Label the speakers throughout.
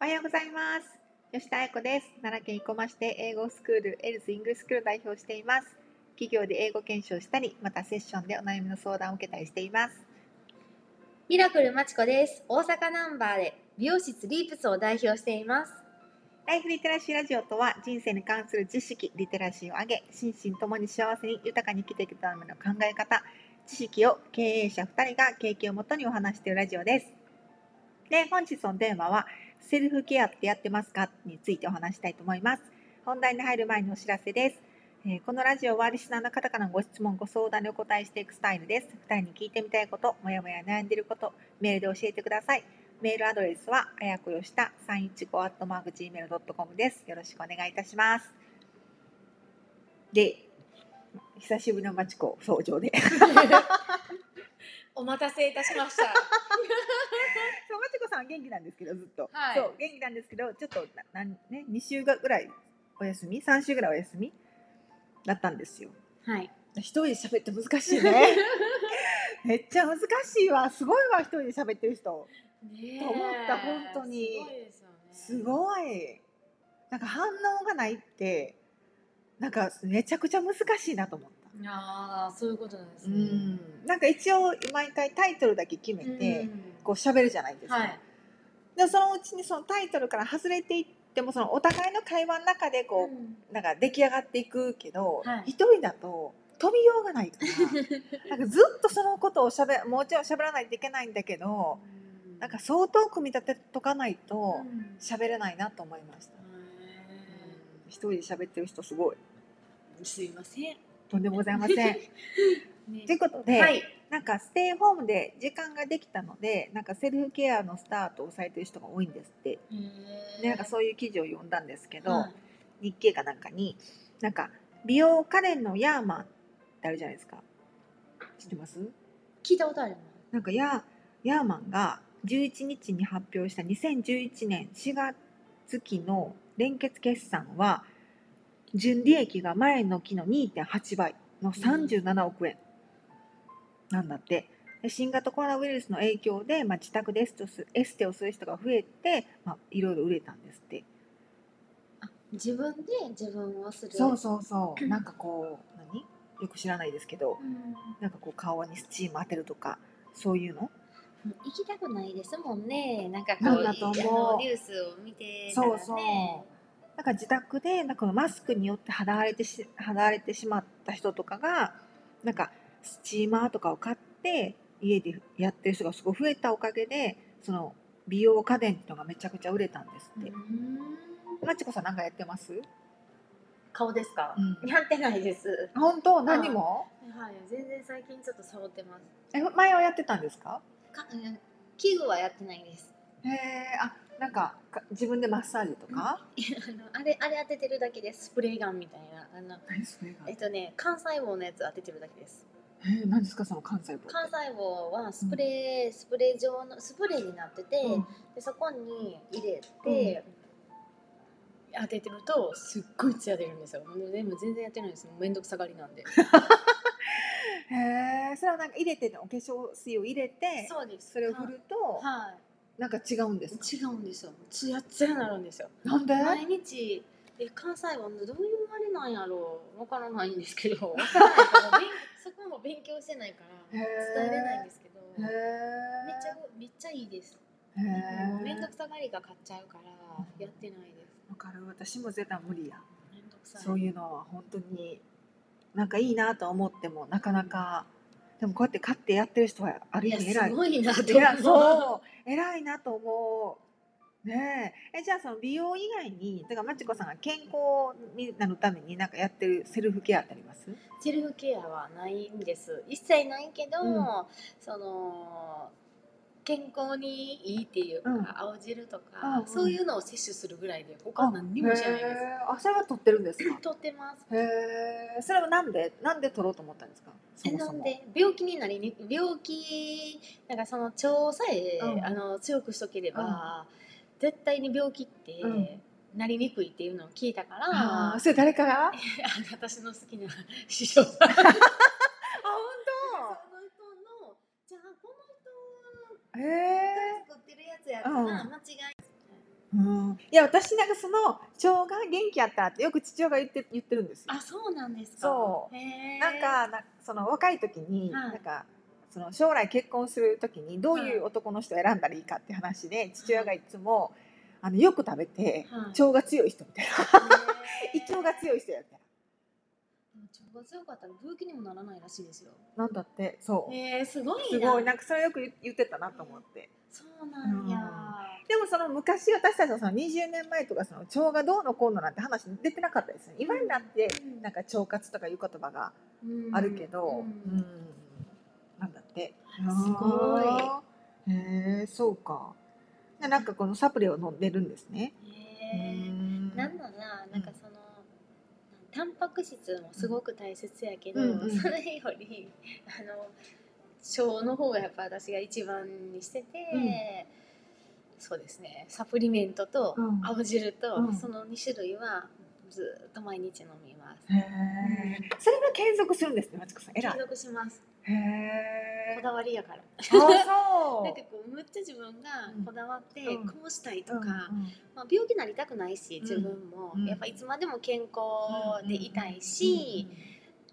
Speaker 1: おはようございます。吉田彩子です。奈良県生駒市で英語スクールエルズイングリスクールを代表しています。企業で英語研修したり、またセッションでお悩みの相談を受けたりしています。
Speaker 2: ミラクルまちこです。大阪ナンバーで美容室リープスを代表しています。
Speaker 1: ライフリテラシーラジオとは人生に関する知識、リテラシーを上げ、心身ともに幸せに豊かに生きていくための考え方、知識を経営者2人が経験をもとにお話しているラジオです。で、本日のテーマは、セルフケアってやってますかについてお話したいと思います。本題に入る前にお知らせです。えーこのラジオはリスナーの方からのご質問、ご相談にお答えしていくスタイルです。2人に聞いてみたいこと、もやもや悩んでいること、メールで教えてください。メールアドレスは、あやこよした315 gmail.com です。よろしくお願いいたします。で、久しぶりのまちこ登場で。
Speaker 2: お待たせいたしました。
Speaker 1: そう、まちこさんは元気なんですけど、ずっと。
Speaker 2: はい
Speaker 1: そう、元気なんですけど、ちょっと、ななんね、2週ぐらいお休み ?3 週ぐらいお休みだったんですよ。
Speaker 2: はい。
Speaker 1: 一人で喋って難しい ね。めっちゃ難しいわ。すごいわ、一人で喋ってる人。
Speaker 2: ねえ
Speaker 1: と思った本当に
Speaker 2: すごいですよね。
Speaker 1: すごい。なんか反応がないって、なんかめちゃくちゃ難しいなと思った。
Speaker 2: ああ、そういうことなんです
Speaker 1: う
Speaker 2: ね。
Speaker 1: ん。なんか一応毎回タイトルだけ決めて、こう喋るじゃないですか。
Speaker 2: はい。
Speaker 1: でそのうちにそのタイトルから外れていってもそのお互いの会話の中でこう、
Speaker 2: うん
Speaker 1: なんか出来上がっていくけど
Speaker 2: はい
Speaker 1: 一、人だと飛びようがないからな んかずっとそのことをしゃべもちろん喋らないといけないんだけどなんか相当組み立てとかないと
Speaker 2: うん
Speaker 1: 喋れないなと思いました、
Speaker 2: へ
Speaker 1: 一人で喋ってる人すごい
Speaker 2: えすいません。
Speaker 1: とんでもございま せん
Speaker 2: ね
Speaker 1: ということで、
Speaker 2: はい。
Speaker 1: なんかステイホームで時間ができたのでなんかセルフケアのスタートをされてる人が多いんですってでなんかそういう記事を読んだんですけど、
Speaker 2: はい
Speaker 1: 日経かなんかになんか美容家電のヤーマンってあるじゃないですか知ってます
Speaker 2: 聞いたことあります。
Speaker 1: なんかヤーヤーマンが11日に発表した2011年4月期の連結決算は純利益が前の期の2.8倍の37億円なんだって。で新型コロナウイルスの影響で、まあ、自宅でエステをすエステをする人が増えて、まあ、いろいろ売れたんですって。
Speaker 2: 自分で自分をする。
Speaker 1: そうそう そうなんかこう何よく知らないですけど
Speaker 2: うん。
Speaker 1: なんかこう顔にスチーム当てるとかそういうの
Speaker 2: 行きたくないですもんね。なんかこう
Speaker 1: なんだと思う
Speaker 2: あのニュースを見てたらね。
Speaker 1: なんか自宅でなんかこのマスクによって肌荒れてし肌荒れてしまった人とかがなんかスチーマーとかを買って家でやってる人がすごい増えたおかげでその美容家電っていうのがめちゃくちゃ売れたんですって、まちこさんなんかやってます、
Speaker 2: 顔ですか
Speaker 1: う、ん、
Speaker 2: やってないです。
Speaker 1: 本当何も
Speaker 2: はい、全然最近ちょっと触ってます。
Speaker 1: え前はやってたんですか
Speaker 2: かうん器具はやってないです。
Speaker 1: へえあなんかか自分でマッサージとか、
Speaker 2: あのあれあれ当ててるだけです。スプレーガンみたいなあの
Speaker 1: 何それが
Speaker 2: えっとね幹細胞のやつ当ててるだけです。
Speaker 1: えー、何ですかその関西語
Speaker 2: 幹細胞はスプレー、スプレー状のスプレーになってて、
Speaker 1: うん
Speaker 2: でそこに入れて。当ててるとすっごい艶出るんですよ。もうでも全然やってないです。めんどくさがりな んで。
Speaker 1: へえそれはなんか入れてお化粧水を入れて
Speaker 2: そうです。
Speaker 1: それを振ると、
Speaker 2: はい。
Speaker 1: なんか違うんですか
Speaker 2: 違うんですよツヤツヤなるんですよ
Speaker 1: なんで
Speaker 2: 毎日え関西はどういうあれなんやろうわからないんですけ どわからないから勉そこも勉強してないから
Speaker 1: へ
Speaker 2: 伝
Speaker 1: ー
Speaker 2: えれないんですけど
Speaker 1: へ
Speaker 2: めっちゃ
Speaker 1: え
Speaker 2: めっちゃいいです
Speaker 1: へ
Speaker 2: もうめんど
Speaker 1: え
Speaker 2: くさがりが買っちゃうからやってないです
Speaker 1: わかる私も絶対無理や、
Speaker 2: めんどくさい
Speaker 1: そういうのは本当になんかいいなと思ってもなかなかでもこうやって買ってやってる人はある
Speaker 2: い
Speaker 1: 意
Speaker 2: や
Speaker 1: 味偉
Speaker 2: す
Speaker 1: い
Speaker 2: ごいなと思う
Speaker 1: 偉いそう偉いなと思うねええじゃあその美容以外にだからまちこさんが健康になるためになんかやってるセルフケアってあります
Speaker 2: セルフケアはないんです一切ないけど、
Speaker 1: うん
Speaker 2: その健康にいいっていうか、
Speaker 1: うん
Speaker 2: 青汁とか、
Speaker 1: うんうん
Speaker 2: そういうのを摂取するぐらいで他何にも知らないで
Speaker 1: へえあそれは取ってるんですか
Speaker 2: す取ってます
Speaker 1: へえそれはなんでなんで取ろうと思ったんですかそ
Speaker 2: え
Speaker 1: も
Speaker 2: な
Speaker 1: そ
Speaker 2: ん
Speaker 1: も
Speaker 2: で病気になりに病気なんかその腸さえ、
Speaker 1: うん
Speaker 2: あの強くしとければ、絶対に病気って、
Speaker 1: うん
Speaker 2: なりにくいっていうのを聞いたから
Speaker 1: ああ
Speaker 2: あ
Speaker 1: それ誰からあ
Speaker 2: 私の好きな師 匠さん
Speaker 1: 本
Speaker 2: その人のじゃあこの人
Speaker 1: 当へえ
Speaker 2: が作ってるやつやから
Speaker 1: うん
Speaker 2: 間違い、
Speaker 1: うん、いや私なんかその腸が元気やったらってよく父親が言って言ってるんですよ。
Speaker 2: あそうなんですか
Speaker 1: そう
Speaker 2: へー
Speaker 1: なんかなその若い時に、
Speaker 2: はい
Speaker 1: なんかその将来結婚する時にどういう男の人を選んだらいいかって話で父親がいつもあのよく食べて
Speaker 2: はい
Speaker 1: 腸が強い人みたいな
Speaker 2: へ
Speaker 1: 胃
Speaker 2: ー
Speaker 1: 腸が強い人やったら
Speaker 2: でも腸が強かったら病気にもならないらしいですよ
Speaker 1: なんだってそう、
Speaker 2: えー、すごいな
Speaker 1: すごいなんかそれよく言言ってたなと思って
Speaker 2: そうなんや、
Speaker 1: でもその昔私たちはその20年前とかその腸がどうのこうのなんて話出てなかったですね今になって
Speaker 2: うん
Speaker 1: なんか腸活とかいう言葉が
Speaker 2: うん
Speaker 1: あるけど、
Speaker 2: う
Speaker 1: うん
Speaker 2: ん
Speaker 1: なんだって
Speaker 2: すごい
Speaker 1: あーへえそうかでなんかこのサプリを飲んでるんですね、
Speaker 2: へ
Speaker 1: う
Speaker 2: えなんならなんかその、タンパク質もすごく大切やけど、
Speaker 1: うんうん
Speaker 2: それよりあの腸の方がやっぱ私が一番にしてて、
Speaker 1: うん
Speaker 2: そうですねサプリメントと
Speaker 1: うん
Speaker 2: 青汁と、
Speaker 1: うん
Speaker 2: その2種類はずっと毎日飲みます
Speaker 1: へえそれは継続するんですねマツコさん偉
Speaker 2: 継
Speaker 1: い
Speaker 2: 続します
Speaker 1: へ
Speaker 2: こ
Speaker 1: え
Speaker 2: だわりやから
Speaker 1: あ そう
Speaker 2: なんかこうむっちゃ自分がこだわって
Speaker 1: うん
Speaker 2: こうしたいと
Speaker 1: う
Speaker 2: か、
Speaker 1: んうん
Speaker 2: まあ、病気なりたくないし
Speaker 1: ん
Speaker 2: 自分も、
Speaker 1: うん
Speaker 2: やっぱいつまでも健康でいたいし、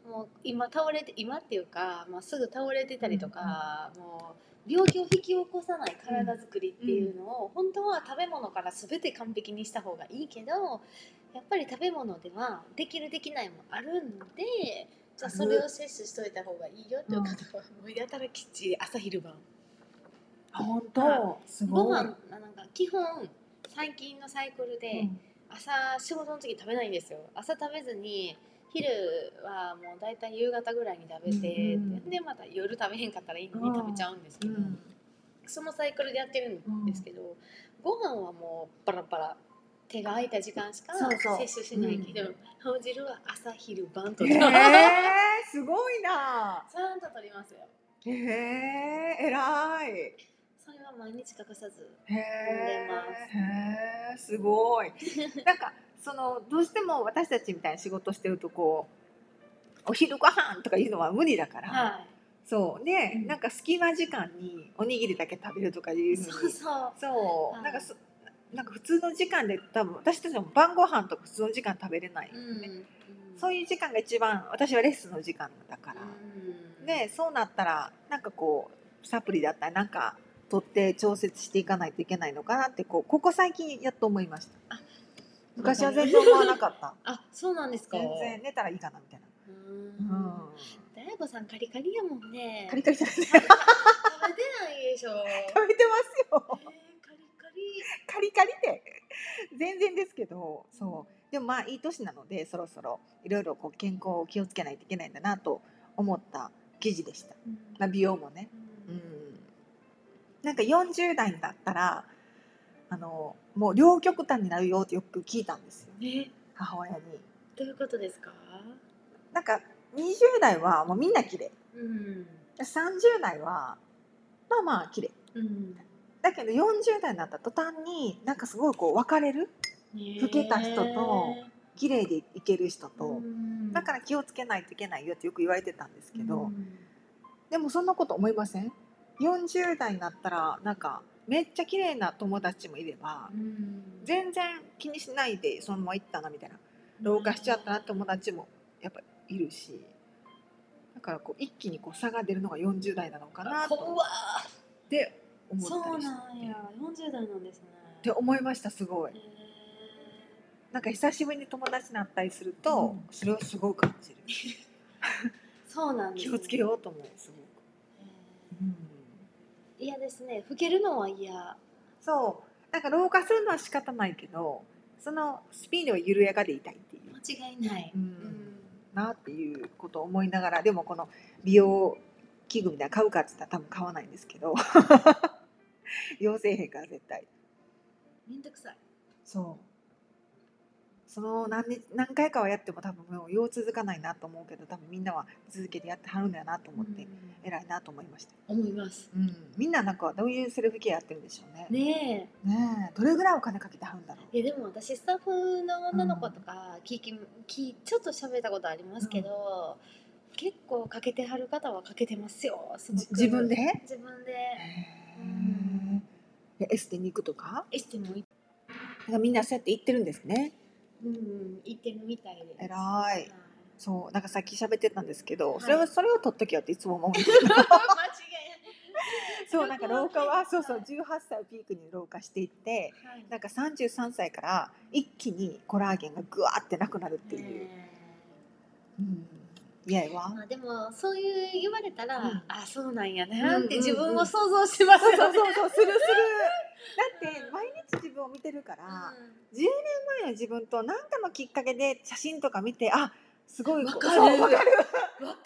Speaker 2: もう今倒れて今っていうか、まあ、すぐ倒れてたりとか、もう病気を引き起こさない体づくりっていうのを、本当は食べ物から全て完璧にした方がいいけどやっぱり食べ物ではできるできないもあるんで。じゃあそれを摂取しといた方がいいよっていう方はもうやたらきっちり朝昼晩
Speaker 1: あ本当
Speaker 2: は
Speaker 1: す
Speaker 2: ご
Speaker 1: ごい
Speaker 2: 飯なんか基本最近のサイクルで、朝仕事の時食べないんですよ朝食べずに昼はもう大体夕方ぐらいに食べて、
Speaker 1: うんうん
Speaker 2: でまた夜食べへんかったらいいのに食べちゃうんですけ
Speaker 1: う
Speaker 2: ど、
Speaker 1: んうん
Speaker 2: そのサイクルでやってるんですけど、ご飯はもうバラバラ手が空いた時間しか
Speaker 1: そうそう
Speaker 2: 摂取しないけど青汁は朝昼晩と
Speaker 1: へ
Speaker 2: ちゃんと
Speaker 1: えすごいな
Speaker 2: 取りますよ
Speaker 1: へえ偉い
Speaker 2: それは毎日欠かさず
Speaker 1: へ
Speaker 2: で
Speaker 1: えへえすごいなんかそのどうしても私たちみたいな仕事してるとこうお昼ご飯とかいうのは無理だから、
Speaker 2: は
Speaker 1: そうで、
Speaker 2: うん
Speaker 1: なんか隙間時間におにぎりだけ食べるとかいうの
Speaker 2: い
Speaker 1: に
Speaker 2: そうそう
Speaker 1: そう
Speaker 2: はい
Speaker 1: なんかそなんか普通の時間で多分私たちも晩ご飯とか普通の時間食べれない、
Speaker 2: うん、うん、
Speaker 1: そういう時間が一番私はレッスンの時間だから、
Speaker 2: うん
Speaker 1: でそうなったらなんかこうサプリだったりなんか取って調節していかないといけないのかなってこうここ最近やっと思いました
Speaker 2: あ
Speaker 1: 昔は全然思わなかった
Speaker 2: あそうなんですか
Speaker 1: 全然寝たらいいかなみたいな、
Speaker 2: う
Speaker 1: うん
Speaker 2: ん大悟さんカリカリやもんね。
Speaker 1: カリカリじゃない食べて
Speaker 2: 食べてないでしょ。え
Speaker 1: ますよ
Speaker 2: ーカリカリ。
Speaker 1: カリカリって全然ですけどそうでもまあいい年なのでそろそろいろいろこう健康を気をつけないといけないんだなと思った記事でした、まあ、美容もね
Speaker 2: う
Speaker 1: うんんなんか40代になったらあのもう両極端になるよってよく聞いたんですよ
Speaker 2: え、
Speaker 1: 母親に
Speaker 2: どういうことですか。
Speaker 1: なんか20代はもうみんな綺麗
Speaker 2: うん。
Speaker 1: 30代はまあまあ綺麗
Speaker 2: うん。
Speaker 1: だけど40代になった途端になんかすごいこう分かれる老けた人と綺麗でいける人と、
Speaker 2: うん
Speaker 1: だから気をつけないといけないよってよく言われてたんですけど、
Speaker 2: うん
Speaker 1: でもそんなこと思いません ?40 代になったらなんかめっちゃ綺麗な友達もいれば
Speaker 2: うん
Speaker 1: 全然気にしないでそのまま行ったなみたいな老化しちゃったなって友達もやっぱいるしだからこう一気にこう差が出るのが40代なのかな
Speaker 2: あ
Speaker 1: と
Speaker 2: 怖っ
Speaker 1: って思
Speaker 2: そ
Speaker 1: った
Speaker 2: う
Speaker 1: りして
Speaker 2: なんや。四十代なんですね。
Speaker 1: って思いましたすごい
Speaker 2: えー
Speaker 1: なんか久しぶりに友達になったりすると、
Speaker 2: うん
Speaker 1: それをすごく感じる
Speaker 2: そうなんです
Speaker 1: 気
Speaker 2: ね
Speaker 1: をつけようと思うすごく、
Speaker 2: え
Speaker 1: うん、
Speaker 2: ー嫌ですね。老けるのは嫌。
Speaker 1: そうなんか老化するのは仕方ないけどそのスピードは緩やかでいたいっていう
Speaker 2: 間違いない。
Speaker 1: うんなっていうことを思いながらでもこの美容器具みたいなの買うかって言ったら多分買わないんですけど 要せえへんから絶対
Speaker 2: めんどくさい。
Speaker 1: そうその何日何回かはやっても多分もうよう続かないなと思うけど多分みんなは続けてやってはるんだよなと思って、
Speaker 2: うん
Speaker 1: 偉いなと思いました、
Speaker 2: 思います。
Speaker 1: うん、みんななんかどういうセルフケアやってるんでしょうねね
Speaker 2: ね
Speaker 1: えどれぐらいお金かけてはるんだろう
Speaker 2: え。えでも私スタッフの女の子とか聞き、聞ちょっと喋ったことありますけど、結構かけてはる方はかけてますよ。すご
Speaker 1: じ
Speaker 2: く
Speaker 1: 自分で
Speaker 2: 自分で
Speaker 1: えエステに行くとか
Speaker 2: エステも行っ
Speaker 1: なんかみんなそうやって言ってるんですね。
Speaker 2: うん、行ってるみたいです。
Speaker 1: 偉
Speaker 2: はいい。
Speaker 1: そう、なんかさっき喋ってたんですけど、
Speaker 2: はい
Speaker 1: それはそれを取っときよっていつも思うんですけど
Speaker 2: 間違
Speaker 1: そう、なんか老化は、そうそう、18歳をピークに老化していって、
Speaker 2: いない。
Speaker 1: なんか33歳から一気にコラーゲンがぐわーってなくなるっていう。うん。嫌や わ。
Speaker 2: まあでもそういう言われたら、
Speaker 1: うん
Speaker 2: あそうなんや
Speaker 1: うんう
Speaker 2: なん
Speaker 1: うん
Speaker 2: って自分を想像してます
Speaker 1: そう
Speaker 2: よ
Speaker 1: そう
Speaker 2: ね。
Speaker 1: そうそう、するする。だって、毎日自分を見てるから、10年前の自分と何かのきっかけで写真とか見て、あ、すごい。
Speaker 2: わかる
Speaker 1: そうわかる。
Speaker 2: うんわかる。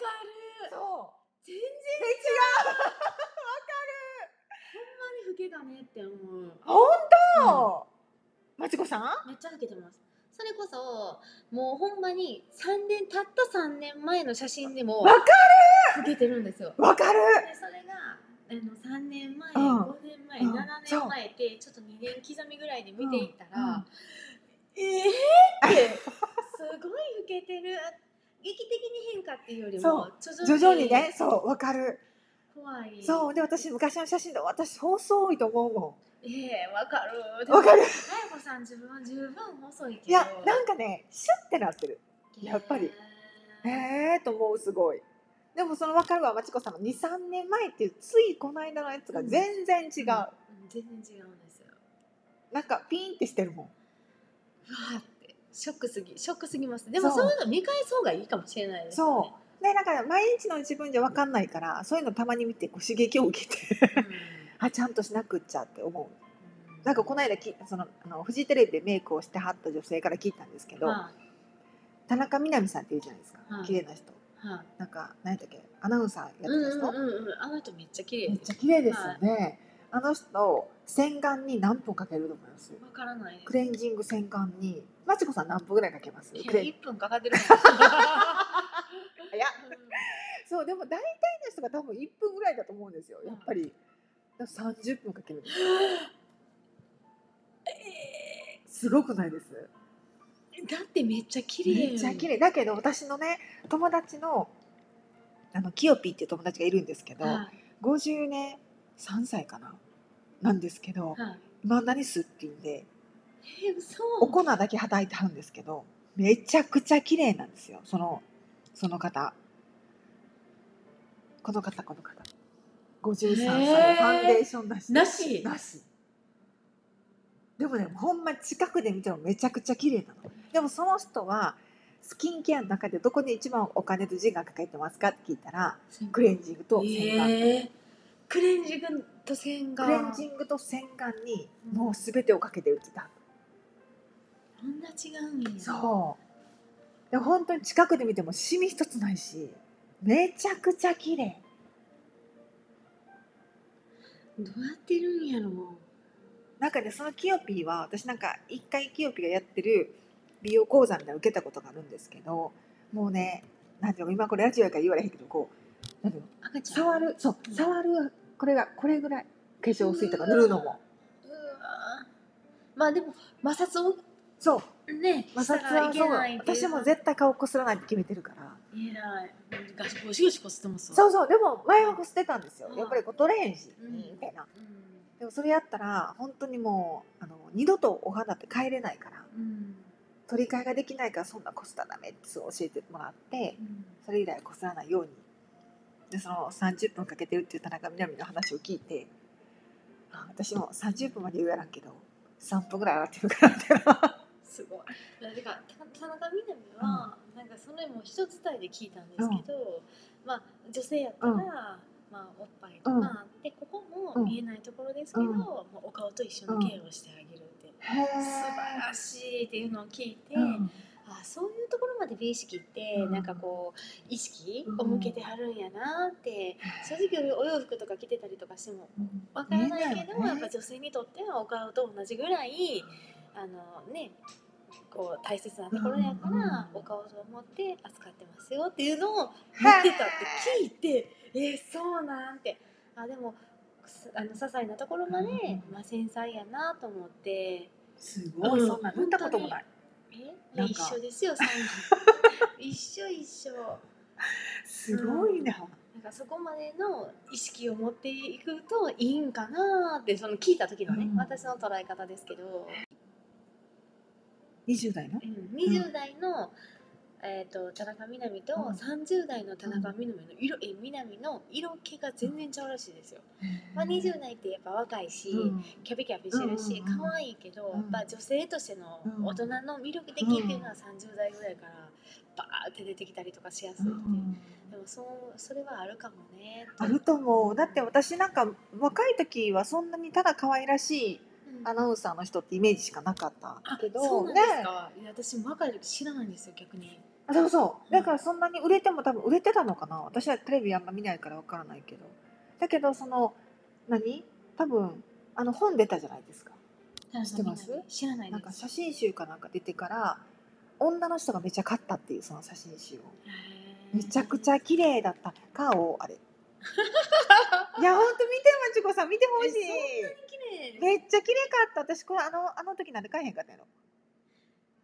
Speaker 1: そう。
Speaker 2: 全
Speaker 1: 全然違
Speaker 2: 然ほんまに老けだねって思う。
Speaker 1: う。本当。まちこさん。
Speaker 2: めっちゃ老けてます。それこそもうほんまに三年たった三年前の写真でも
Speaker 1: わか
Speaker 2: 老けてるんですよ。
Speaker 1: わかる。
Speaker 2: でそれがあの3年前、
Speaker 1: うん
Speaker 2: 5年前、
Speaker 1: うん
Speaker 2: 7年前ってちょっと2年刻みぐらいで見ていったら、
Speaker 1: うんうん
Speaker 2: えー、ってすごい老けてる劇的に変化っていうよりも
Speaker 1: 徐々にね、そう、わかる。
Speaker 2: 怖い
Speaker 1: そう、で、私、昔の写真で、私、放送多いと思うも
Speaker 2: ええわかる
Speaker 1: ん。わかる。
Speaker 2: 大悟さん自分は十分細いけど
Speaker 1: いや、なんかね、シュってなってる。やっぱり
Speaker 2: えー
Speaker 1: えーと思う、すごい。でも、そのわかるわ、まちこさんの二三年前っていう、ついこの間のやつが全然違う。
Speaker 2: うん全然違うんですよ
Speaker 1: なんか、ピーンってしてるもん。
Speaker 2: うわーってショックすぎショックすぎますでも
Speaker 1: そう
Speaker 2: そういうの見返そうがいいかもしれないですよね
Speaker 1: そで、なんか、毎日の自分じゃわかんないから、そういうのたまに見て、こう刺激を受けて。
Speaker 2: うん、
Speaker 1: あ、ちゃんとしなくっちゃって思う。なんかこの間きそのあのフジテレビでメイクをしてはった女性から聞いたんですけど、
Speaker 2: は
Speaker 1: 田中みな実さんっていうじゃないですか、
Speaker 2: はい
Speaker 1: 綺麗な人
Speaker 2: いはい
Speaker 1: なんか何やったっけアナウンサーやってた人、
Speaker 2: うんうんうんうん、あの人めっちゃ綺麗
Speaker 1: めっ
Speaker 2: で
Speaker 1: ちゃ綺麗ですよね、あの人洗顔に何分かけると思います
Speaker 2: す。わからないです。
Speaker 1: クレンジング洗顔にまちこさん何分ぐらいかけますクレン
Speaker 2: 一分か かってるもん。
Speaker 1: 早っそうでも大体の人が多分1分ぐらいだと思うんですよやっぱり、だから30分かけるんですよすごくないです
Speaker 2: うんだってめっちゃ綺麗。
Speaker 1: めっちゃ綺
Speaker 2: 麗。
Speaker 1: 麗だけど私のね友達のあのキヨピーっていう友達がいるんですけど、
Speaker 2: は
Speaker 1: 50年3歳かななんですけど
Speaker 2: い。はい
Speaker 1: 未だにすっぴんで
Speaker 2: えー、嘘。
Speaker 1: お粉だけ働いてはるんですけどめちゃくちゃ綺麗なんですよそのその方この方この方53
Speaker 2: へ
Speaker 1: 歳
Speaker 2: ー
Speaker 1: ファンデーションなし
Speaker 2: なし
Speaker 1: なしでもねほんま近くで見てもめちゃくちゃ綺麗なのでもその人はスキンケアの中でどこに一番お金と時間かけてますかって聞いたらクレンジングと洗顔、
Speaker 2: えークレンジングと洗顔。
Speaker 1: クレンジングと洗顔にもう全てをかけて打ちた、
Speaker 2: こんな違うんや。う。
Speaker 1: そうで本当に近くで見てもシミ一つないしめちゃくちゃ綺麗
Speaker 2: どうやってるんやろう。
Speaker 1: なんかねそのキヨピーは私なんか一回キヨピーがやってる美容講座みたいなの受けたことがあるんですけどもうねなんていうの今これラジオやから言われへんけどこうなんていうの
Speaker 2: 赤ちゃん。
Speaker 1: 触るそう
Speaker 2: うん
Speaker 1: 触るこれがこれぐらい化粧水とか塗るのも
Speaker 2: うわー。まあでも摩擦を
Speaker 1: そう
Speaker 2: ね、
Speaker 1: 摩
Speaker 2: した
Speaker 1: 擦
Speaker 2: ら
Speaker 1: はいそ
Speaker 2: け
Speaker 1: う
Speaker 2: ないっていう
Speaker 1: 私も絶対顔こすらないって決めてるから
Speaker 2: いえらい。ガシゴシゴシこすってますわ。
Speaker 1: そう
Speaker 2: う。
Speaker 1: そうでも前はこすってたんですよ
Speaker 2: うん
Speaker 1: やっぱりこう取れへんし
Speaker 2: うん
Speaker 1: みたいな
Speaker 2: うん。
Speaker 1: でもそれやったら本当にもうあの二度とお肌って帰れないから
Speaker 2: うん。
Speaker 1: 取り替えができないからそんなこすったらダメってそう教えてもらって
Speaker 2: うん
Speaker 1: それ以来こすらないようにでその30分かけてるっていう田中みな実の話を聞いてあ私も30分まで言うやらんけど3分ぐらい洗ってるからみたいな
Speaker 2: すごい。なんか田田中みな実は、なんかそれも人伝いで聞いたんですけど、まあ女性やから、
Speaker 1: うん
Speaker 2: まあおっぱいとか、
Speaker 1: うん
Speaker 2: でここも見えないところですけど、
Speaker 1: うん
Speaker 2: もうお顔と一緒のケアをしてあげるって、
Speaker 1: へ
Speaker 2: 素晴らしいっていうのを聞いて、
Speaker 1: うん
Speaker 2: あそういうところまで美意識って、
Speaker 1: うん
Speaker 2: なんかこう意識を向けてはるんやなって、正直お洋服とか着てたりとかしても
Speaker 1: うん
Speaker 2: わからない
Speaker 1: 見
Speaker 2: け
Speaker 1: え
Speaker 2: ど、
Speaker 1: わ
Speaker 2: やっ
Speaker 1: ね
Speaker 2: ぱ女性にとってはお顔と同じぐらいあのねこう大切なところやか
Speaker 1: うんうん
Speaker 2: ら、お顔を持って扱ってますよっていうのを言ってたって聞いてえーそうなんてあでもすあの些細なところまで、
Speaker 1: うんうん
Speaker 2: まあ、繊細やなと思って
Speaker 1: すごい、
Speaker 2: うん
Speaker 1: そんな塗ったこともない
Speaker 2: えい
Speaker 1: な
Speaker 2: や
Speaker 1: んか
Speaker 2: 一緒ですよそん な一緒一緒
Speaker 1: すごいな、
Speaker 2: なんかそこまでの意識を持っていくといいんかなってその聞いた時のね、
Speaker 1: うん
Speaker 2: 私の捉え方ですけど
Speaker 1: 20代の
Speaker 2: うん、20代の、えー、と田中みな実と
Speaker 1: うん
Speaker 2: 30代の田中みな実の色、えみな実の色気が全然ちゃうらしいですよ、まあ、20代ってやっぱ若いし、
Speaker 1: うん
Speaker 2: キャピキャピしてるし
Speaker 1: うんうんうん
Speaker 2: 可愛いけど、
Speaker 1: うん
Speaker 2: やっぱ女性としての
Speaker 1: うん
Speaker 2: 大人の魅力的っていうのは30代ぐらいからバーって出てきたりとかしやすいっていう、でもそうそれはあるかもね
Speaker 1: あると思うだって私なんか若い時はそんなにただ可愛らしい
Speaker 2: うん
Speaker 1: アナウンサーの人ってイメージしかなかった
Speaker 2: あ
Speaker 1: けど
Speaker 2: そうなん
Speaker 1: ね
Speaker 2: ですか、いや私若い時知らないんですよ逆に
Speaker 1: あそうそううんだからそんなに売れても多分売れてたのかな私はテレビあんま見ないからわからないけどだけどその何多分あの本出たじゃないですか知ってます
Speaker 2: 知らないで
Speaker 1: な
Speaker 2: す
Speaker 1: んか写真集かなんか出てから女の人がめちゃ買ったっていうその写真集をめちゃくち
Speaker 2: ゃ
Speaker 1: ゃ綺麗だった顔 あれいやほんと見てまちこさん見てほしい
Speaker 2: 綺麗
Speaker 1: めっちゃ綺麗かった私これあのあの時なんで買えへんかったやろ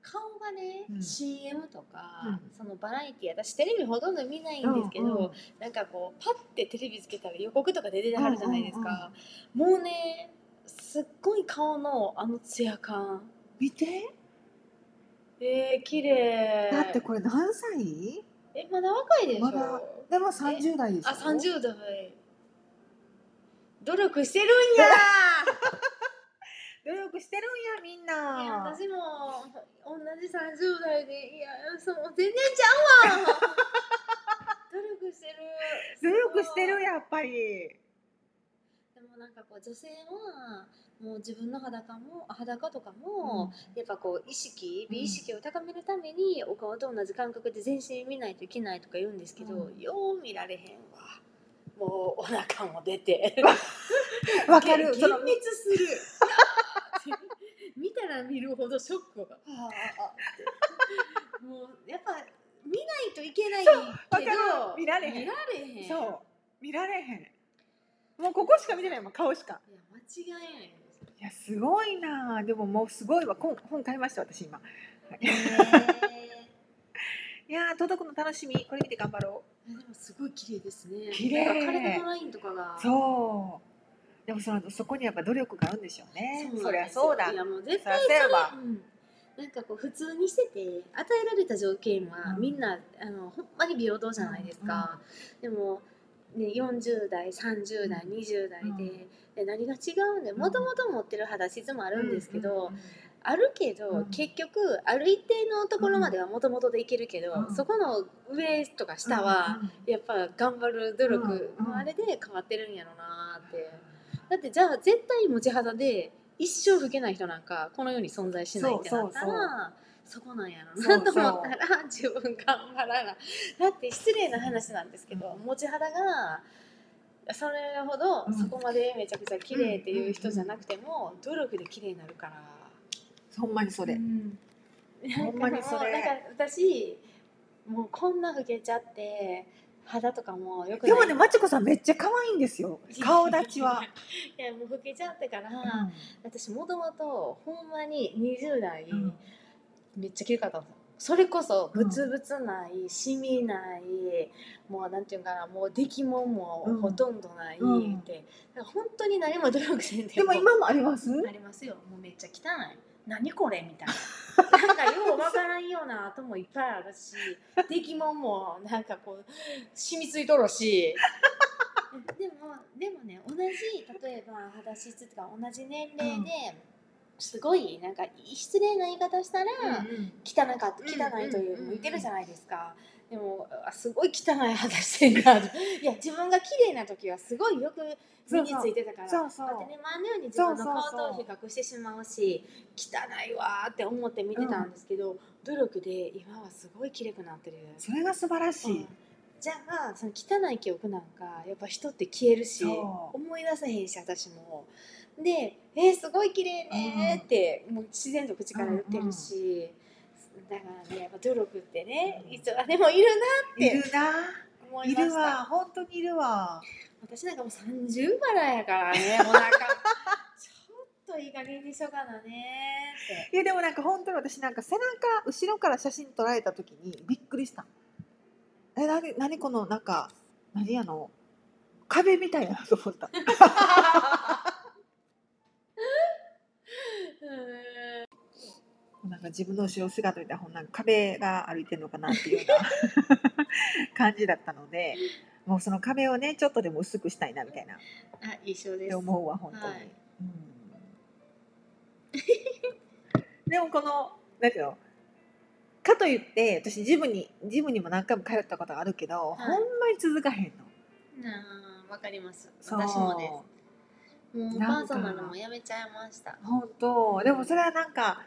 Speaker 2: 顔がね、
Speaker 1: うん
Speaker 2: CM とか、
Speaker 1: うん
Speaker 2: そのバラエティ私テレビほとんど見ないんですけど、
Speaker 1: うんうん
Speaker 2: なんかこうパッてテレビつけたら予告とか出てはるじゃないですか、もうねすっごい顔のあのツヤ感
Speaker 1: 見て
Speaker 2: えー、綺麗
Speaker 1: だってこれ何歳
Speaker 2: えまだ若いでしょ、
Speaker 1: まだでも30代でしょ
Speaker 2: あ三十代努力してるんや
Speaker 1: 努力してるんやみん
Speaker 2: いや
Speaker 1: な
Speaker 2: 私も同じ30代でいやそう全然ちゃ うわ努力してる
Speaker 1: 努力してる
Speaker 2: や
Speaker 1: やっぱり
Speaker 2: でもなんかこう女性はもう自分の裸も裸とかも、やっぱこう意識美意識を高めるためにお顔と同じ感覚で全身見ないといけないとか言うんですけど、
Speaker 1: うん
Speaker 2: よう見られへんわもうお腹も出て
Speaker 1: うんわかる
Speaker 2: 幻
Speaker 1: その
Speaker 2: 滅する 見たら見るほどショックがもうやっぱ見ないといけないけ
Speaker 1: わかる
Speaker 2: ど
Speaker 1: 見られへん
Speaker 2: 見られへん
Speaker 1: そう見られへんもうここしか見てないもん顔しか
Speaker 2: いや間違いないです
Speaker 1: いやすごいなでももうすごいわ本本買いました私今 いやー届くの楽しみこれ見て頑張ろ
Speaker 2: えでもすごい綺麗ですね。
Speaker 1: 綺麗
Speaker 2: なんか体のラインとかが。
Speaker 1: うそうでもそのそこにやっぱ努力があるんでしょう
Speaker 2: そうなん
Speaker 1: ね
Speaker 2: ですよ
Speaker 1: そりゃそうだ
Speaker 2: いやもう
Speaker 1: そり
Speaker 2: 絶
Speaker 1: ゃ
Speaker 2: 対。
Speaker 1: そうやわ
Speaker 2: うんなんかこう普通にしてて与えられた条件は
Speaker 1: うん
Speaker 2: みんな、あのほんまに平等じゃないですか。でも。ね、40代30代20代で,、で何が違うんで
Speaker 1: ん
Speaker 2: もともと持ってる肌質もあるんですけど、
Speaker 1: うんうん
Speaker 2: あるけど、
Speaker 1: うん
Speaker 2: 結局ある一定のところまではもともとでいけるけど、
Speaker 1: うん
Speaker 2: そこの上とか下は、
Speaker 1: うん
Speaker 2: やっぱ頑張る努力
Speaker 1: うんうん
Speaker 2: のあれで変わってるんやろなってだってじゃあ絶対持ち肌で一生老けない人なんかこの世に存在しないってなったら
Speaker 1: そうそう
Speaker 2: そこなんやろ
Speaker 1: そうそ
Speaker 2: なと
Speaker 1: う
Speaker 2: 思ったら自分頑張らなだって失礼な話なんですけど、
Speaker 1: う
Speaker 2: 持ち肌がそれほどそこまでめちゃくちゃ綺麗っていう人じゃなくても努力で綺麗になるから。
Speaker 1: ほんまにそれ、
Speaker 2: うん
Speaker 1: ほんまにそれ
Speaker 2: なんか私もうこんな老けちゃって肌とかもよくない
Speaker 1: でもねまちこさんめっちゃ可愛いんですよ顔立ちは、
Speaker 2: いやもう老けちゃってから、私もともとほんまに20代、
Speaker 1: うん
Speaker 2: めっちゃ綺麗かったのそれこそブツブツないシミないもうなんていうんかなもう出来もんもほとんどないって、
Speaker 1: うん
Speaker 2: だから本当に何も努力せんで
Speaker 1: でも今もあります
Speaker 2: ありますよもうめっちゃ汚い何これみたいななんかようわからんような跡もいっぱいあるし出来もんもなんかこう染みついとるしでもでもね同じ例えば肌質とか同じ年齢で、すごいなんか失礼な言い方したら、汚かった汚いとい
Speaker 1: う
Speaker 2: う
Speaker 1: んうんうんうん
Speaker 2: 言ってるじゃないですか、でもあすごい汚い肌してるなといや自分が綺麗な時はすごいよく身についてたから
Speaker 1: そうそう
Speaker 2: 当たり前のように自分の
Speaker 1: そう
Speaker 2: 顔
Speaker 1: そ
Speaker 2: と
Speaker 1: う
Speaker 2: 比較してしまうし汚いわーって思って見てたんですけど、努力で今はすごい綺麗くなってる、
Speaker 1: それが素晴らし
Speaker 2: う
Speaker 1: い
Speaker 2: ん、じゃあその汚い記憶なんかやっぱ人って消えるし
Speaker 1: そう
Speaker 2: 思い出せへんし私もで「えー、すごい綺麗ね」って、もう自然と口から言ってるし、だからねやっぱ努力ってねいつまでもいるうん
Speaker 1: いるな
Speaker 2: な思い
Speaker 1: い
Speaker 2: ま
Speaker 1: る
Speaker 2: した
Speaker 1: わ本当にいるわ
Speaker 2: 私なんかもう30からやから ねもうなんかちょっといい加減にしようかなねって
Speaker 1: いやでもなんか本当に私なんか背中後ろから写真撮られた時にびっくりしたえなに何このなんか何やの壁みたいやなと思ったなんか自分の後ろ姿見たらほんなんか壁が歩いてるのかなっていうような 感じだったのでもうその壁をねちょっとでも薄くしたいなみたいなっ
Speaker 2: あ一緒で
Speaker 1: て
Speaker 2: す
Speaker 1: 思うわ本当に、
Speaker 2: はい
Speaker 1: うん、 でもこのなんていうのかといって私ジムにジムにも何回も通ったことがあるけど、
Speaker 2: い
Speaker 1: ほんまに続かへんの
Speaker 2: なあわかります
Speaker 1: そう
Speaker 2: 私もですもう
Speaker 1: な
Speaker 2: パ
Speaker 1: ん
Speaker 2: ー
Speaker 1: か
Speaker 2: ソナルもやめちゃいました
Speaker 1: 本当でもそれはなんか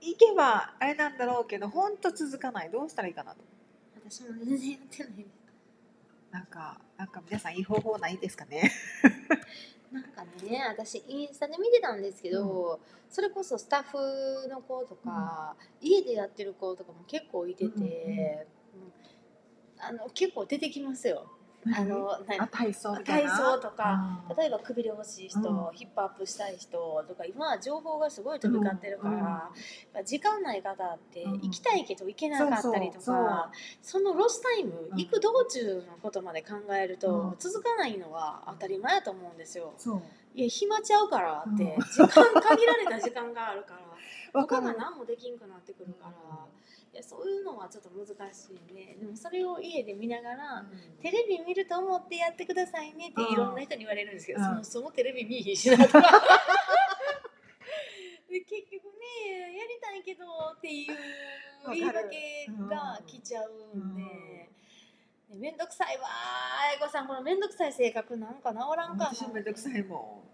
Speaker 1: 行けばあれなんだろうけど本当続かないどうしたらいいかなと
Speaker 2: 私も全然やってないです
Speaker 1: なんかなんか皆さんいい方法ないですかね
Speaker 2: なんかね私インスタで見てたんですけど、それこそスタッフの子とか、家でやってる子とかも結構いてて、
Speaker 1: うんうん
Speaker 2: うんあの結構出てきますよ。 あのな
Speaker 1: あ
Speaker 2: んか
Speaker 1: 体操みたい
Speaker 2: 体
Speaker 1: な
Speaker 2: 操とか
Speaker 1: あー
Speaker 2: 例えばくびれ欲しい人、
Speaker 1: う
Speaker 2: ヒップアップしたい人とか今情報がすごい飛び交ってるから、
Speaker 1: うんうん
Speaker 2: やっぱ時間ない方って
Speaker 1: うん
Speaker 2: 行きたいけど行けなかったりとか、
Speaker 1: そうそうそう
Speaker 2: そのロスタイム、
Speaker 1: うん
Speaker 2: 行く道中のことまで考えると、
Speaker 1: うん
Speaker 2: 続かないのは当たり前やと思うんですよ。
Speaker 1: そう
Speaker 2: いや暇ちゃうからって、
Speaker 1: うん
Speaker 2: 時間限られた時間があるから
Speaker 1: わか
Speaker 2: 他
Speaker 1: る
Speaker 2: が何もできんくなってくるから、いやそういうのはちょっと難しいねでもそれを家で見ながら、テレビ見ると思ってやってくださいねって
Speaker 1: うん
Speaker 2: いろんな人に言われるんですけど、
Speaker 1: うん
Speaker 2: そもそもテレビ見いひんしなとか で結局ねやりたいけどっていう
Speaker 1: わかる
Speaker 2: 言い訳が来ちゃうんで。でめんどくさいわー、愛子さん、このめんどくさい性格なんか治らんかな。
Speaker 1: 私もめんどくさいも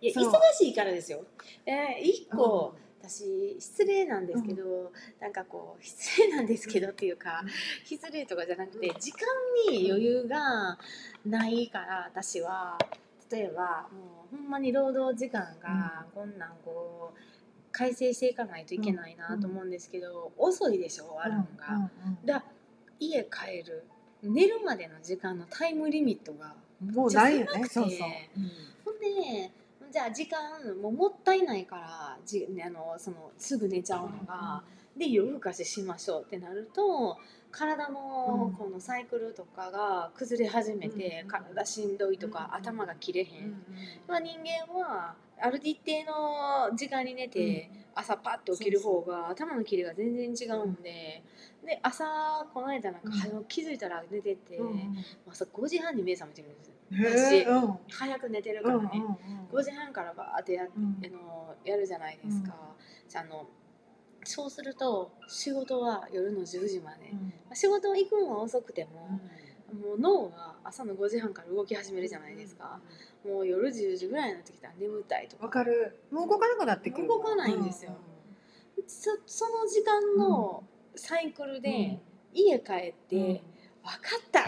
Speaker 2: いや
Speaker 1: そう
Speaker 2: 忙しいからですよ。えー、
Speaker 1: ん
Speaker 2: 一個、私失礼なんですけど、なんかこう失礼なんですけどっていうか、失礼とかじゃなくて
Speaker 1: う
Speaker 2: 時間に余裕がないから私は例えばもうほんまに労働時間がこんなんこう改正していかないといけないなと思うんですけど、遅いでしょ終わるのが。だ家帰る寝るまでの時間のタイムリミットが
Speaker 1: もうないよね
Speaker 2: じゃ
Speaker 1: そう
Speaker 2: あ狭くて
Speaker 1: そう、
Speaker 2: ほんでねじゃあ時間もうもったいないからじ、ね、あのそのすぐ寝ちゃうのが、で夜更かししましょうってなると体
Speaker 1: うん
Speaker 2: のこのサイクルとかが崩れ始めて、
Speaker 1: うん
Speaker 2: 体しんどいとか、
Speaker 1: うん
Speaker 2: 頭が切れへん。
Speaker 1: うんうん
Speaker 2: まあ、人間はある一定の時間に寝て、朝パッと起きる方が頭のキレが全然違うんで、で朝この間なん
Speaker 1: う
Speaker 2: か、
Speaker 1: ん
Speaker 2: 早起き気づいたら寝てて、
Speaker 1: うんうん
Speaker 2: 朝5時半に目覚めてるんですよ
Speaker 1: へえ
Speaker 2: 私
Speaker 1: うんうん
Speaker 2: 早く寝てるか
Speaker 1: う
Speaker 2: ら
Speaker 1: ん
Speaker 2: ね、
Speaker 1: う
Speaker 2: 5時半からバーってや,、
Speaker 1: ん
Speaker 2: あのやるじゃないですか、じゃああのそうすると仕事は夜の10時まで、
Speaker 1: う
Speaker 2: ま
Speaker 1: ん
Speaker 2: あ仕事行くのは遅くても、もう脳が朝の5時半から動き始めるじゃないですか、もう夜10時ぐらいになってきたら眠たいとか
Speaker 1: わかるもう動かなくなってくる
Speaker 2: 動かないんですよそその時間のサイクルで、家帰って「分かった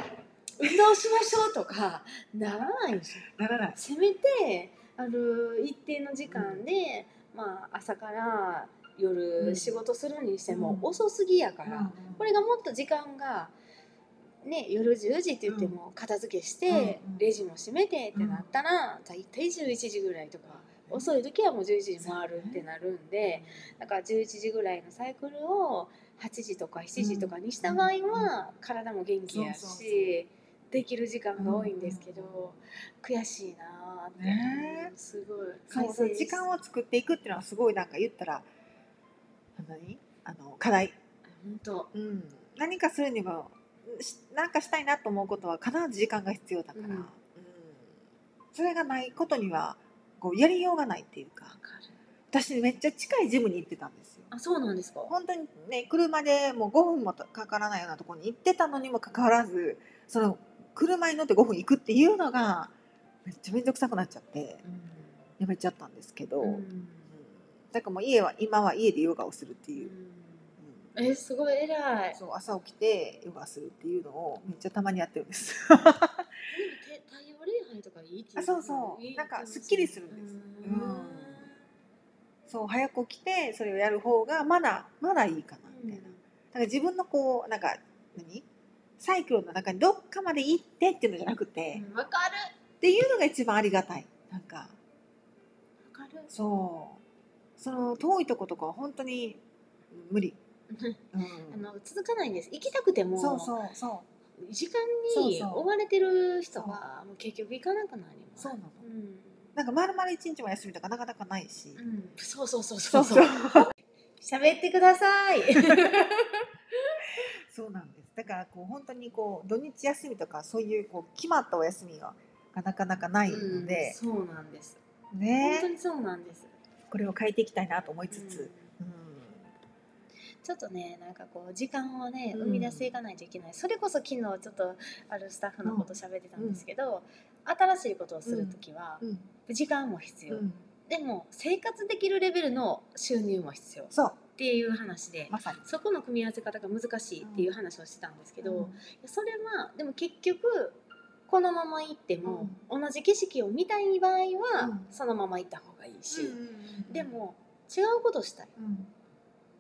Speaker 2: 運動しましょう」とかならないでしょ。
Speaker 1: ならない
Speaker 2: せめてある一定の時間で、まあ、朝から
Speaker 1: う
Speaker 2: 夜
Speaker 1: ん
Speaker 2: 仕事するにしても
Speaker 1: うん
Speaker 2: 遅すぎやから、
Speaker 1: うん
Speaker 2: これがもっと時間が、ね、夜10時って言っても片付けして、
Speaker 1: うんうん
Speaker 2: レジも閉めてってなったら、大体11時ぐらいとか。遅い時はもう11時回るってなるんで、だから11時ぐらいのサイクルを8時とか7時とかにした場合は体も元気やし、
Speaker 1: そうそうそ
Speaker 2: できる時間が多いんですけど、悔しいなーって、
Speaker 1: ね
Speaker 2: うんすごい
Speaker 1: そうそう時間を作っていくっていうのはすごいなんか言ったらあの何あの課題、
Speaker 2: 本当
Speaker 1: うん、何かするにもし何かしたいなと思うことは必ず時間が必要だから、
Speaker 2: うん
Speaker 1: うんそれがないことにはこうやりようがないっていうか私めっちゃ近いジムに行ってたんですよ
Speaker 2: あそうなんですか
Speaker 1: 本当にね車でもう5分もかからないようなところに行ってたのにもかかわらずその車に乗って5分行くっていうのがめっちゃ面倒くさくなっちゃってやめちゃったんですけど、
Speaker 2: うん
Speaker 1: だからもう家は今は家でヨガをするって
Speaker 2: う
Speaker 1: いう、
Speaker 2: ん
Speaker 1: う
Speaker 2: えすごい偉
Speaker 1: ん
Speaker 2: い
Speaker 1: そう朝起きてヨガするっていうのをめっちゃたまにやってるんです
Speaker 2: 手太陽礼拝とかいいってい
Speaker 1: あそうそう
Speaker 2: いい
Speaker 1: なんかすっきりするんです
Speaker 2: う
Speaker 1: うんそう早く起きてそれをやる方がまだまだいいかなみたいな、だから自分のこうなんか何サイクルの中にどっかまで行ってっていうのじゃなくて、
Speaker 2: うんわかる
Speaker 1: っていうのが一番ありがたいなんか
Speaker 2: わかる
Speaker 1: そうその遠いとことかは本当に無 理、うん、
Speaker 2: あの続かないんです行きたくても
Speaker 1: そうそうそう
Speaker 2: 時間
Speaker 1: そう
Speaker 2: に
Speaker 1: そう
Speaker 2: 追われてる人はもう結局行かなくなります
Speaker 1: そうなの
Speaker 2: うん
Speaker 1: なんか丸々一日も休みとかなかなかないし、
Speaker 2: うん、そうそうそう
Speaker 1: そ
Speaker 2: そうう
Speaker 1: そ
Speaker 2: そうう 喋ってください。
Speaker 1: そうなんです。だからこう本当にこう土日休みとかそういうこう決まったお休みがなかなかないので、
Speaker 2: うんそうなんです。本当
Speaker 1: ね、
Speaker 2: にそうなんです。
Speaker 1: これを変えていきたいなと思いつ
Speaker 2: うん
Speaker 1: つ、うん
Speaker 2: ちょっとねなんかこう時間をね
Speaker 1: うん
Speaker 2: 生み出していかないといけない、それこそ昨日ちょっとあるスタッフのこと喋ってたんですけど、新しいことをする時は
Speaker 1: うん
Speaker 2: 時間も必要、
Speaker 1: うん
Speaker 2: でも生活できるレベルの収入も必要っ
Speaker 1: そう
Speaker 2: ていう話で、
Speaker 1: まさに。
Speaker 2: そこの組み合わせ方が難しいっていう話をしてたんですけど、
Speaker 1: うん
Speaker 2: それはでも結局このまま行っても、同じ景色を見たい場合は、
Speaker 1: うん
Speaker 2: そのまま行った方がいいし、
Speaker 1: うん
Speaker 2: で、も違うことしたい
Speaker 1: うん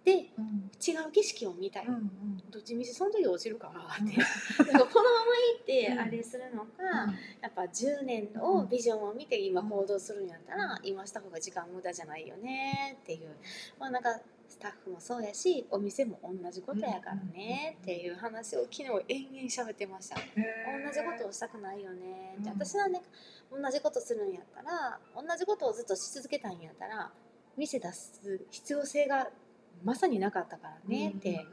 Speaker 2: で
Speaker 1: うん
Speaker 2: 違う景色を見たい、
Speaker 1: うんうん
Speaker 2: どっちみちその時落ちるかなって、
Speaker 1: うん
Speaker 2: なんかこのまま行って
Speaker 1: うん
Speaker 2: あれするのか、やっぱ10年をビジョンを見て今行動するんやったら、今した方が時間無駄じゃないよねっていうまあなんかスタッフもそうやしお店も同じことやからねっていう話を昨日延々喋ってました。同じことをしたくないよねっ
Speaker 1: う
Speaker 2: て、
Speaker 1: ん
Speaker 2: 私はね同じことするんやったら同じことをずっとし続けたいんやったら店出す必要性がまさになかったからねって、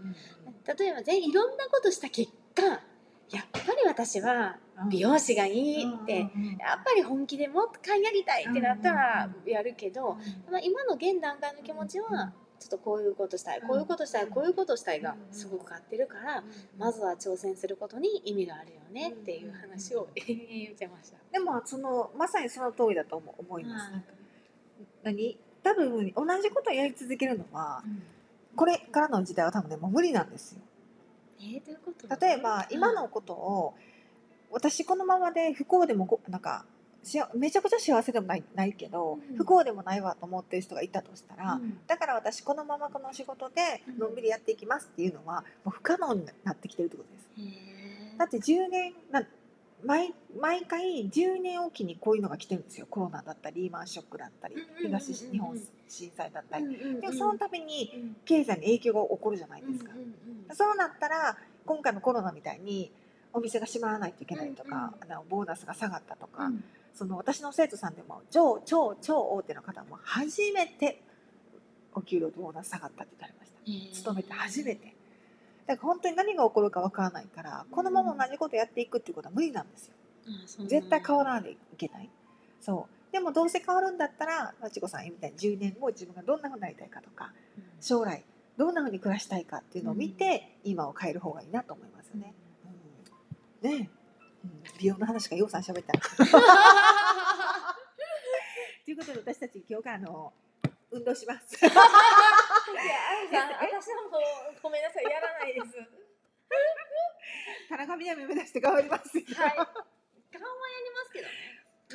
Speaker 2: 例えば全いろんなことした結果やっぱり私は美容師がいいって、
Speaker 1: うんうんうん
Speaker 2: やっぱり本気でもっと買いやりたいってなったら
Speaker 1: うん
Speaker 2: やるけど、まあ、今の現段階の気持ちはちょっとこういうことしたい
Speaker 1: うん
Speaker 2: こういうことしたいこういうことしたいが
Speaker 1: うん
Speaker 2: すごく合ってるから
Speaker 1: うん
Speaker 2: まずは挑戦することに意味があるよねっていう話を延々言ってました。
Speaker 1: でもそのまさにその通りだと思思います。何多分同じことをやり続けるのは
Speaker 2: うん
Speaker 1: これからの時代は多分ねもう無理なんですよ。
Speaker 2: えー、どういうこと
Speaker 1: 例えば今のことを私このままで不幸でもごなんかしあめちゃくちゃ幸せでもないないけど、
Speaker 2: うん
Speaker 1: 不幸でもないわと思ってる人がいたとした
Speaker 2: うん
Speaker 1: ら、だから私このままこの仕事でのんびりやっていきますっていうのはもう不可能になってきてるってことです。
Speaker 2: へー
Speaker 1: だって10年な毎毎回10年おきにこういうのが来てるんですよコロナだったりリーマンショックだったり
Speaker 2: うんうんうんうん
Speaker 1: 東日本震災だったり、
Speaker 2: うんうんうん
Speaker 1: でもそのために
Speaker 2: うん
Speaker 1: 経済に影響が起こるじゃないですか、
Speaker 2: うんうんうん
Speaker 1: そうなったら今回のコロナみたいにお店が閉まらないといけないとか、あのボーナスが下がったとか、
Speaker 2: うん
Speaker 1: その私の生徒さんでも超超超大手の方も初めてお給料とボーナス下がったって言われました。
Speaker 2: へー
Speaker 1: 勤めて初めてだから本当に何が起こるかわからないからこのまま同じことやっていくっていうことは無理なんですよ
Speaker 2: あそうなんだ
Speaker 1: 絶対変わらないといけないそうでもどうせ変わるんだったらまちこさんみたいに10年後自分がどんなふうになりたいかとか
Speaker 2: うん
Speaker 1: 将来どんなふうに暮らしたいかっていうのを見て、今を変える方がいいなと思います
Speaker 2: うん
Speaker 1: ね、うん、ねえ、うん、美容の話がようさん喋 ったなということで私たち今日からあの運動します
Speaker 2: いやあ私はもうごめんなさいやらないです。
Speaker 1: 田中みな実目指して頑張ります
Speaker 2: はい。顔はやりますけど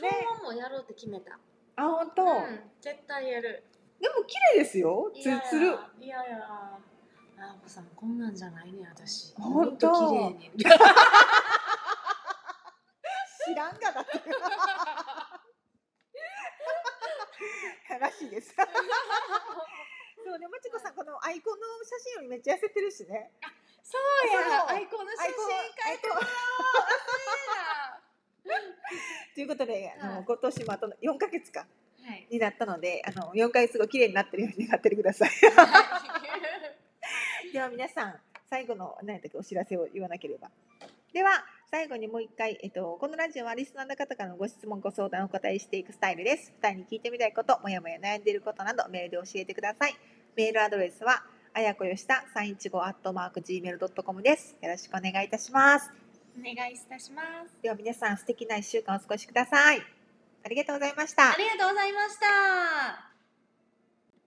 Speaker 2: ね。顔はもうやろうって決めた。
Speaker 1: あ本当、
Speaker 2: ん、絶対やる。
Speaker 1: でも綺麗ですよ
Speaker 2: い
Speaker 1: ツ
Speaker 2: や
Speaker 1: ルツル
Speaker 2: いやいや。あお子さんこんなんじゃないね私。
Speaker 1: ほんと
Speaker 2: もっと綺麗に。
Speaker 1: 知らんがなって らしい です。そうね、まちこさん、このアイコンの写真よりめっちゃ痩せてるしね。
Speaker 2: そうや
Speaker 1: そう
Speaker 2: アイコンの写
Speaker 1: アイ
Speaker 2: 真
Speaker 1: コン、アイコン。ということで、あ
Speaker 2: は
Speaker 1: の、
Speaker 2: い
Speaker 1: 今年もあと4ヶ月か、
Speaker 2: 変 え
Speaker 1: になったので、あの、4ヶ月後綺麗になってるようになっててください。
Speaker 2: た。はい。
Speaker 1: では、皆さん、最後の、何だっけ、お知らせを言わなければ。では、最後にもう一回、えっと、このラジオはリスナーの方からのご質問、ご相談をお答えしていくスタイルです。二人に聞いてみたいこと、もやもや悩んでいることなど、メールで教えてください。メールアドレスは、あやこよした315アットマーク Gmail.com です。よろしくお願いいたします。
Speaker 2: お願いいたします。
Speaker 1: では皆さん素敵な1週間お過ごしください。ありがとうございました
Speaker 2: あ。りがとうございました。